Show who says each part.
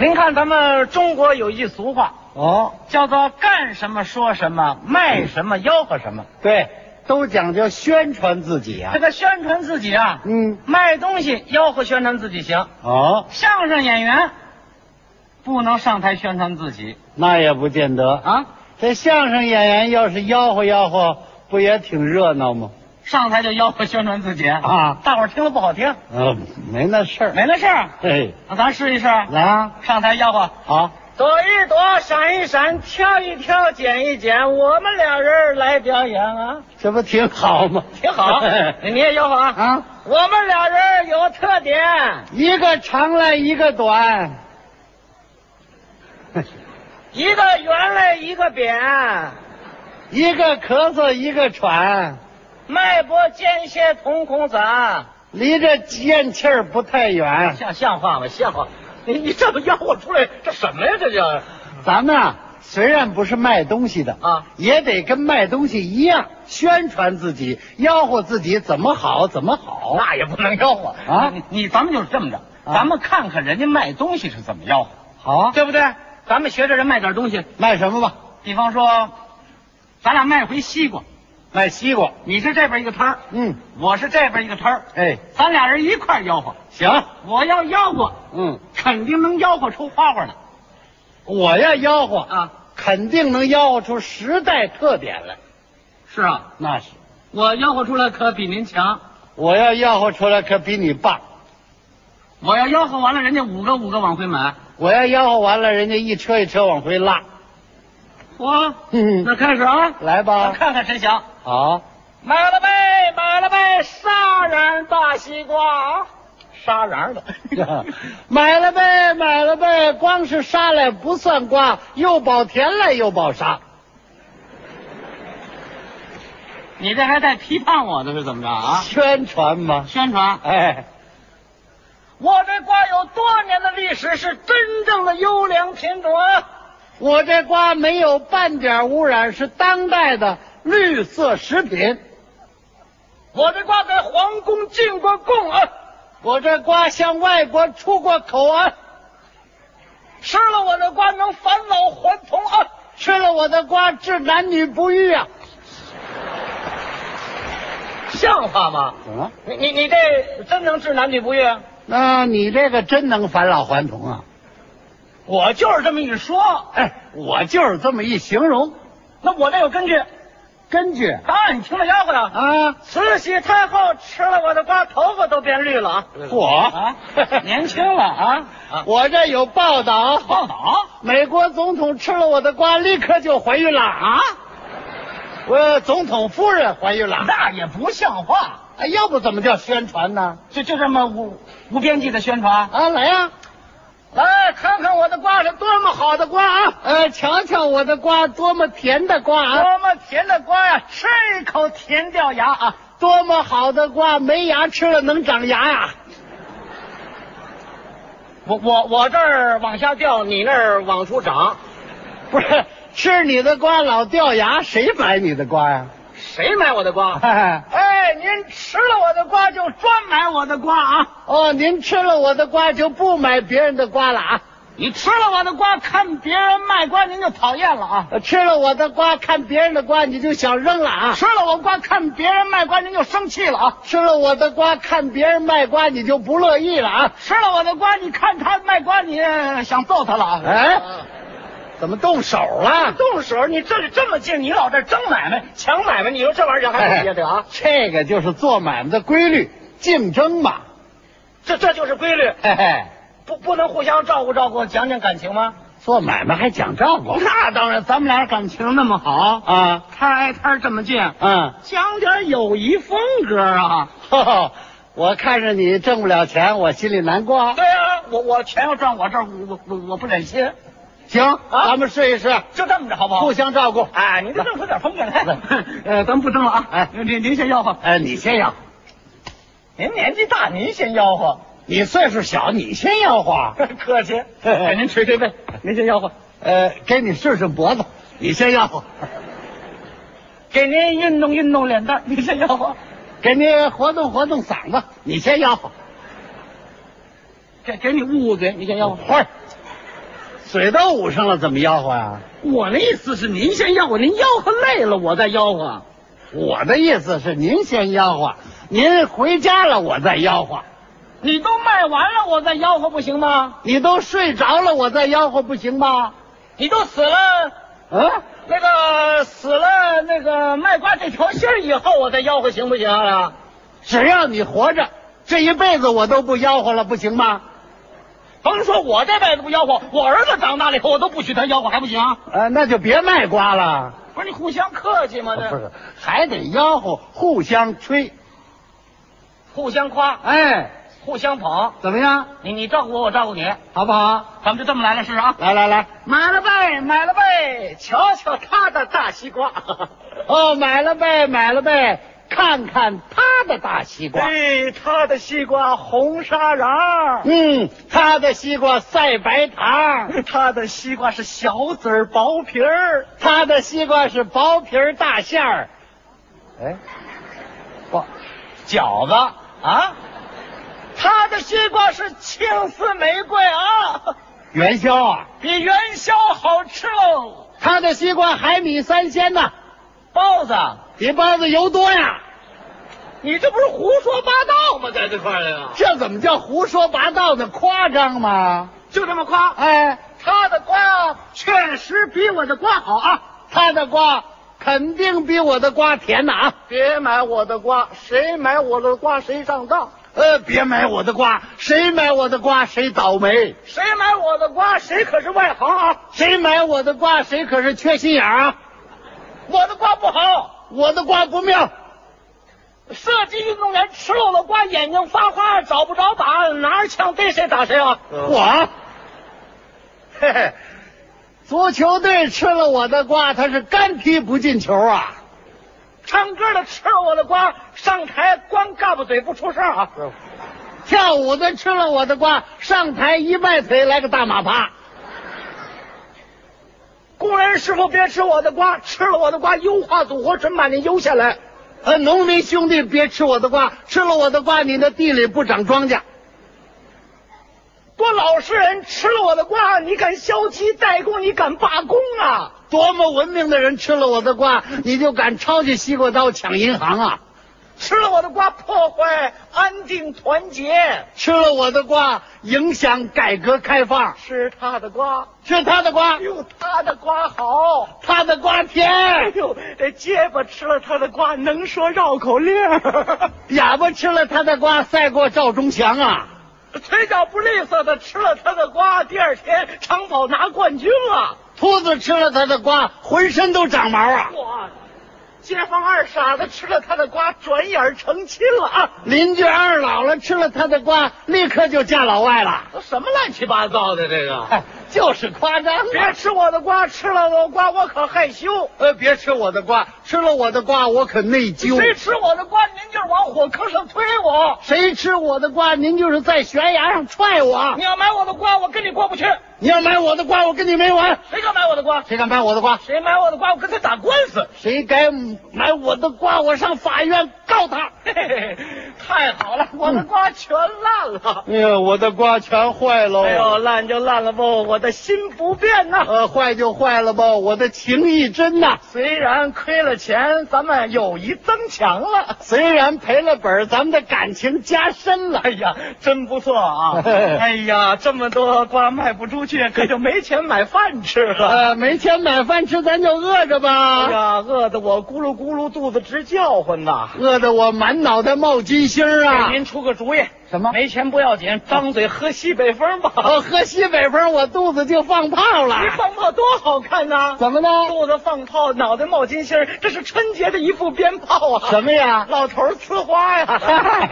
Speaker 1: 您看咱们中国有一句俗话，
Speaker 2: 哦，
Speaker 1: 叫做干什么说什么，卖什么吆喝什么。
Speaker 2: 对，都讲究宣传自己啊
Speaker 1: 这。个宣传自己啊，
Speaker 2: 嗯，
Speaker 1: 卖东西吆喝宣传自己行。
Speaker 2: 哦，
Speaker 1: 相声演员不能上台宣传自己
Speaker 2: 那也不见得。
Speaker 1: 啊，
Speaker 2: 这相声演员要是吆喝吆喝，不也挺热闹吗？
Speaker 1: 上台就吆喝宣传自己
Speaker 2: 啊
Speaker 1: 大伙儿听了不好听，
Speaker 2: 呃，没那事儿。
Speaker 1: 没那事儿。
Speaker 2: 嘿，
Speaker 1: 那咱试一试，
Speaker 2: 来啊，
Speaker 1: 上台吆喝。
Speaker 2: 好，
Speaker 1: 躲一躲，闪一闪，跳一跳，捡一捡，我们俩人来表演啊，
Speaker 2: 这不挺好吗？。
Speaker 1: 挺好 你也吆喝啊！
Speaker 2: 啊，
Speaker 1: 我们俩人有特点，
Speaker 2: 一个长来一个短，
Speaker 1: 一个圆嘞，一个扁，
Speaker 2: 一个咳嗽一个喘，
Speaker 1: 脉搏间歇瞳孔散。
Speaker 2: 离这咽气儿不太远。
Speaker 1: 像像话吗？像话！你你这么吆喝出来，这什么呀？这叫
Speaker 2: 咱们啊，虽然不是卖东西的
Speaker 1: 啊，
Speaker 2: 也得跟卖东西一样宣传自己，吆喝自己怎么好怎么好。
Speaker 1: 那也不能吆喝
Speaker 2: 啊
Speaker 1: 你你咱们就是这么着，咱们看看人家卖东西是怎么吆喝，
Speaker 2: 好啊，
Speaker 1: 对不对？咱们学着人卖点东西，
Speaker 2: 卖什么吧？
Speaker 1: 比方说，咱俩卖回西瓜，
Speaker 2: 卖西瓜。
Speaker 1: 你是这边一个摊儿，
Speaker 2: 嗯，
Speaker 1: 我是这边一个摊儿，
Speaker 2: 哎，
Speaker 1: 咱俩人一块儿吆喝。
Speaker 2: 行，
Speaker 1: 我要吆喝，
Speaker 2: 嗯，
Speaker 1: 肯定能吆喝出花花来
Speaker 2: 我要吆喝，
Speaker 1: 啊！
Speaker 2: 肯定能吆喝出时代特点来。
Speaker 1: 是啊，
Speaker 2: 那是，
Speaker 1: 我吆喝出来可比您强。
Speaker 2: 我要吆喝出来可比你棒。
Speaker 1: 我要吆喝完了，人家五个五个往回买。
Speaker 2: 我要吆喝完了，人家一车一车往回拉。
Speaker 1: 嚯，
Speaker 2: 嗯，
Speaker 1: 那开始啊，
Speaker 2: 来吧，
Speaker 1: 看看谁强。
Speaker 2: 好，
Speaker 1: 买了呗，买了呗，沙瓤大西瓜，沙瓤的
Speaker 2: 买了呗，买了呗，光是沙来不算瓜，又保甜来又保沙。
Speaker 1: 你这还带批判我的是怎么着啊？
Speaker 2: 宣传吗？
Speaker 1: 宣传，
Speaker 2: 哎，
Speaker 1: 我这瓜有多年的历史，是真正的优良品种啊！
Speaker 2: 我这瓜没有半点污染，是当代的绿色食品。
Speaker 1: 我这瓜在皇宫进过贡啊，
Speaker 2: 我这瓜向外国出过口啊，
Speaker 1: 吃了我这瓜能返老还童啊！
Speaker 2: 吃了我的瓜治男女不育啊。
Speaker 1: 像话吗？
Speaker 2: 怎么？
Speaker 1: 你你你这真能治男女不育？啊
Speaker 2: 那你这个真能返老还童啊？
Speaker 1: 我就是这么一说，
Speaker 2: 哎，我就是这么一形容，
Speaker 1: 那我这有根据。
Speaker 2: 根据
Speaker 1: 当然，你听了吆喝呀。
Speaker 2: 啊，
Speaker 1: 慈禧太后吃了我的瓜，头发都变绿了啊！
Speaker 2: 嚯
Speaker 1: 啊，年轻了啊！啊，
Speaker 2: 我这有报道，
Speaker 1: 报道
Speaker 2: 美国总统吃了我的瓜，立刻就怀孕了啊！
Speaker 1: 啊，
Speaker 2: 我总统夫人怀孕了，
Speaker 1: 那也不像话，
Speaker 2: 哎，要不怎么叫宣传呢？
Speaker 1: 就就这么无无边际的宣传。
Speaker 2: 啊，来呀、
Speaker 1: 来看看我的瓜是多么好的瓜啊！
Speaker 2: 呃，瞧瞧我的瓜，多么甜的瓜啊！
Speaker 1: 多么甜的瓜呀、吃一口甜掉牙啊！
Speaker 2: 多么好的瓜，没牙吃了能长牙呀、
Speaker 1: 我我我这儿往下掉，你那儿往出长，
Speaker 2: 不是，吃你的瓜老掉牙，谁买你的瓜呀、
Speaker 1: 谁买我的瓜？
Speaker 2: 哎
Speaker 1: 哎，您吃了我的瓜 就专买我的瓜啊！
Speaker 2: 哦，您吃了我的瓜就不买别人的瓜了啊？
Speaker 1: 你吃了我的瓜，看别人卖瓜您就讨厌了啊！
Speaker 2: 呃吃了我的瓜，看别人的瓜你就想扔了啊？
Speaker 1: 吃了我瓜，看别人卖瓜您就生气了啊！
Speaker 2: 吃了我的瓜，看别人卖瓜你就不乐意了啊？
Speaker 1: 吃了我的瓜，你看他卖瓜，你想揍他了啊！
Speaker 2: 哎，怎么动手了？
Speaker 1: 动手，你这里这么近，你老这争买卖、抢买卖，你说这玩意儿还不也得啊？
Speaker 2: 哎这个就是做买卖的规律，竞争嘛。
Speaker 1: 这这就是规律，
Speaker 2: 嘿嘿，
Speaker 1: 不不能互相照顾照顾，讲讲感情吗？
Speaker 2: 做买卖还讲照顾
Speaker 1: 那当然，咱们俩感情那么好，
Speaker 2: 啊
Speaker 1: 摊儿挨摊儿这么近，
Speaker 2: 啊！
Speaker 1: 讲点友谊风格啊！
Speaker 2: 呵呵 我看着你挣不了钱，我心里难过啊。
Speaker 1: 对啊，我我钱要赚我这儿，我我我不忍心，
Speaker 2: 行，
Speaker 1: 啊
Speaker 2: 咱们试一试，
Speaker 1: 就这么着好不好？
Speaker 2: 互相照顾。
Speaker 1: 哎，您这弄出点风格来
Speaker 2: 来。
Speaker 1: 呃，咱不争了啊。
Speaker 2: 哎
Speaker 1: 您您先吆喝。
Speaker 2: 哎，你先要，
Speaker 1: 您年纪大，您先吆喝，
Speaker 2: 你岁数小，你先要花。
Speaker 1: 客气。
Speaker 2: 给您
Speaker 1: 捶捶背，哎您先吆喝。
Speaker 2: 呃，给你试试脖子，你先要，
Speaker 1: 给您运动运动脸蛋，您先啊吆喝。
Speaker 2: 给你活动活动嗓子，你先要。
Speaker 1: 给给你捂捂嘴，你先吆喝。啊
Speaker 2: 会儿，嘴都捂上了，怎么吆喝啊？
Speaker 1: 我的意思是您先吆喝，您吆喝累了，我再吆喝。
Speaker 2: 我的意思是，您先吆喝，您回家了，我再吆喝。
Speaker 1: 你都卖完了，我再吆喝不行吗？
Speaker 2: 你都睡着了，我再吆喝不行吗？
Speaker 1: 你都死了，
Speaker 2: 嗯，
Speaker 1: 那个死了那个卖瓜这条心儿以后，我再吆喝行不行啊？
Speaker 2: 只要你活着，这一辈子我都不吆喝了，不行吗？
Speaker 1: 甭说我这辈子不吆喝，我儿子长大了以后，我都不许他吆喝，还不行？啊
Speaker 2: 呃，那就别卖瓜了。
Speaker 1: 不是你互相客气吗？这
Speaker 2: 不是，还得吆喝，互相吹。
Speaker 1: 互相夸，
Speaker 2: 哎，
Speaker 1: 互相捧。
Speaker 2: 怎么样？
Speaker 1: 你你照顾我，我照顾你，
Speaker 2: 好不好？
Speaker 1: 咱们就这么来了试试啊！
Speaker 2: 来来来，
Speaker 1: 买了呗，买了呗，瞧瞧他的大西瓜。
Speaker 2: 哦，买了呗，买了呗，看看他的大西瓜。
Speaker 1: 哎，他的西瓜红沙瓤，
Speaker 2: 嗯，他的西瓜赛白糖，
Speaker 1: 他的西瓜是小籽儿薄皮儿，
Speaker 2: 他的西瓜是薄皮儿大馅儿。哎，哇，
Speaker 1: 饺子啊。他的西瓜是青丝玫瑰啊，
Speaker 2: 元宵啊！
Speaker 1: 比元宵好吃喽。
Speaker 2: 他的西瓜海米三鲜呐、
Speaker 1: 包子，
Speaker 2: 比包子油多呀。
Speaker 1: 你这不是胡说八道吗？在这块儿呀，
Speaker 2: 这怎么叫胡说八道呢？夸张吗？
Speaker 1: 就这么夸。
Speaker 2: 哎，
Speaker 1: 他的瓜确实比我的瓜好啊！
Speaker 2: 他的瓜肯定比我的瓜甜呐啊！
Speaker 1: 别买我的瓜，谁买我的瓜谁上当，
Speaker 2: 呃，别买我的瓜，谁买我的瓜谁倒霉，
Speaker 1: 谁买我的瓜谁可是外行啊！
Speaker 2: 谁买我的瓜谁可是缺心眼儿啊！
Speaker 1: 我的瓜不好，
Speaker 2: 我的瓜不妙，
Speaker 1: 射击运动员吃漏了瓜，眼睛发花，找不着靶，拿着枪逮谁打谁啊！
Speaker 2: 我，嗯 嘿嘿，足球队吃了我的瓜，他是干踢不进球啊！
Speaker 1: 唱歌的吃了我的瓜，上台光嘎巴嘴不出声啊！
Speaker 2: 嗯跳舞的吃了我的瓜，上台一迈腿来个大马趴。
Speaker 1: 工人师傅别吃我的瓜，吃了我的瓜，优化祖国准把你优下来。
Speaker 2: 呃，农民兄弟别吃我的瓜，吃了我的瓜，你的地里不长庄稼。
Speaker 1: 多老实人吃了我的瓜，你敢消极怠工，你敢罢工啊？
Speaker 2: 多么文明的人吃了我的瓜，你就敢抄起西瓜刀抢银行啊！
Speaker 1: 吃了我的瓜，破坏安定团结。
Speaker 2: 吃了我的瓜，影响改革开放。
Speaker 1: 吃他的瓜，
Speaker 2: 吃他的瓜
Speaker 1: 哎，呦，他的瓜好。
Speaker 2: 他的瓜
Speaker 1: 哎
Speaker 2: 甜；
Speaker 1: 呦，这结巴吃了他的瓜，能说绕口令儿。
Speaker 2: 哑巴吃了他的瓜，赛过赵忠祥啊！
Speaker 1: 腿脚不利索的吃了他的瓜，第二天长跑拿冠军了。
Speaker 2: 秃子吃了他的瓜，浑身都长毛啊！
Speaker 1: 哇，街坊二傻子吃了他的瓜，转眼成亲了啊！
Speaker 2: 邻居二老了吃了他的瓜，立刻就嫁老外了。
Speaker 1: 都什么乱七八糟的这个？
Speaker 2: 哎，就是夸张啊！
Speaker 1: 别吃我的瓜，吃了我的瓜我可害羞。
Speaker 2: 呃，别吃我的瓜，吃了我的瓜，我可内疚。
Speaker 1: 谁吃我的瓜，您就是往火坑上推我。
Speaker 2: 谁吃我的瓜，您就是在悬崖上踹我
Speaker 1: 你。要买我的瓜，我跟你过不去。
Speaker 2: 你要买我的瓜，我跟你没完。
Speaker 1: 谁敢买我的瓜？
Speaker 2: 谁敢买我的瓜？
Speaker 1: 谁买我的瓜，我跟他打官司。
Speaker 2: 谁敢买我的瓜，我上法院告他。
Speaker 1: 嘿嘿嘿，太好了，我的瓜全烂了。
Speaker 2: 哎呀，我的瓜全坏喽
Speaker 1: 哎呦，烂就烂了吧，我的心不变呐。
Speaker 2: 呃，坏就坏了吧，我的情义真呐、
Speaker 1: 虽然亏了钱，咱们友谊增强了。
Speaker 2: 虽然赔了本儿，咱们的感情加深了
Speaker 1: 哎。呀，真不错啊！哎呀，这么多瓜卖不出去，可就没钱买饭吃 了。
Speaker 2: 呃，没钱买饭吃，咱就饿着
Speaker 1: 哎
Speaker 2: 吧。
Speaker 1: 呀，饿得我咕噜咕噜肚子直叫唤呐！
Speaker 2: 饿得我满脑袋冒金星儿啊
Speaker 1: 给！您出个主意，
Speaker 2: 什么
Speaker 1: 没钱不要紧，张嘴喝西北风吧。
Speaker 2: 我喝西北风，我肚子就放炮了。
Speaker 1: 你放炮多好看呐、
Speaker 2: 怎么呢？
Speaker 1: 肚子放炮，脑袋冒金星儿，这是春节的一副鞭炮啊！
Speaker 2: 什么呀？
Speaker 1: 老头儿呲花呀、
Speaker 2: 嗨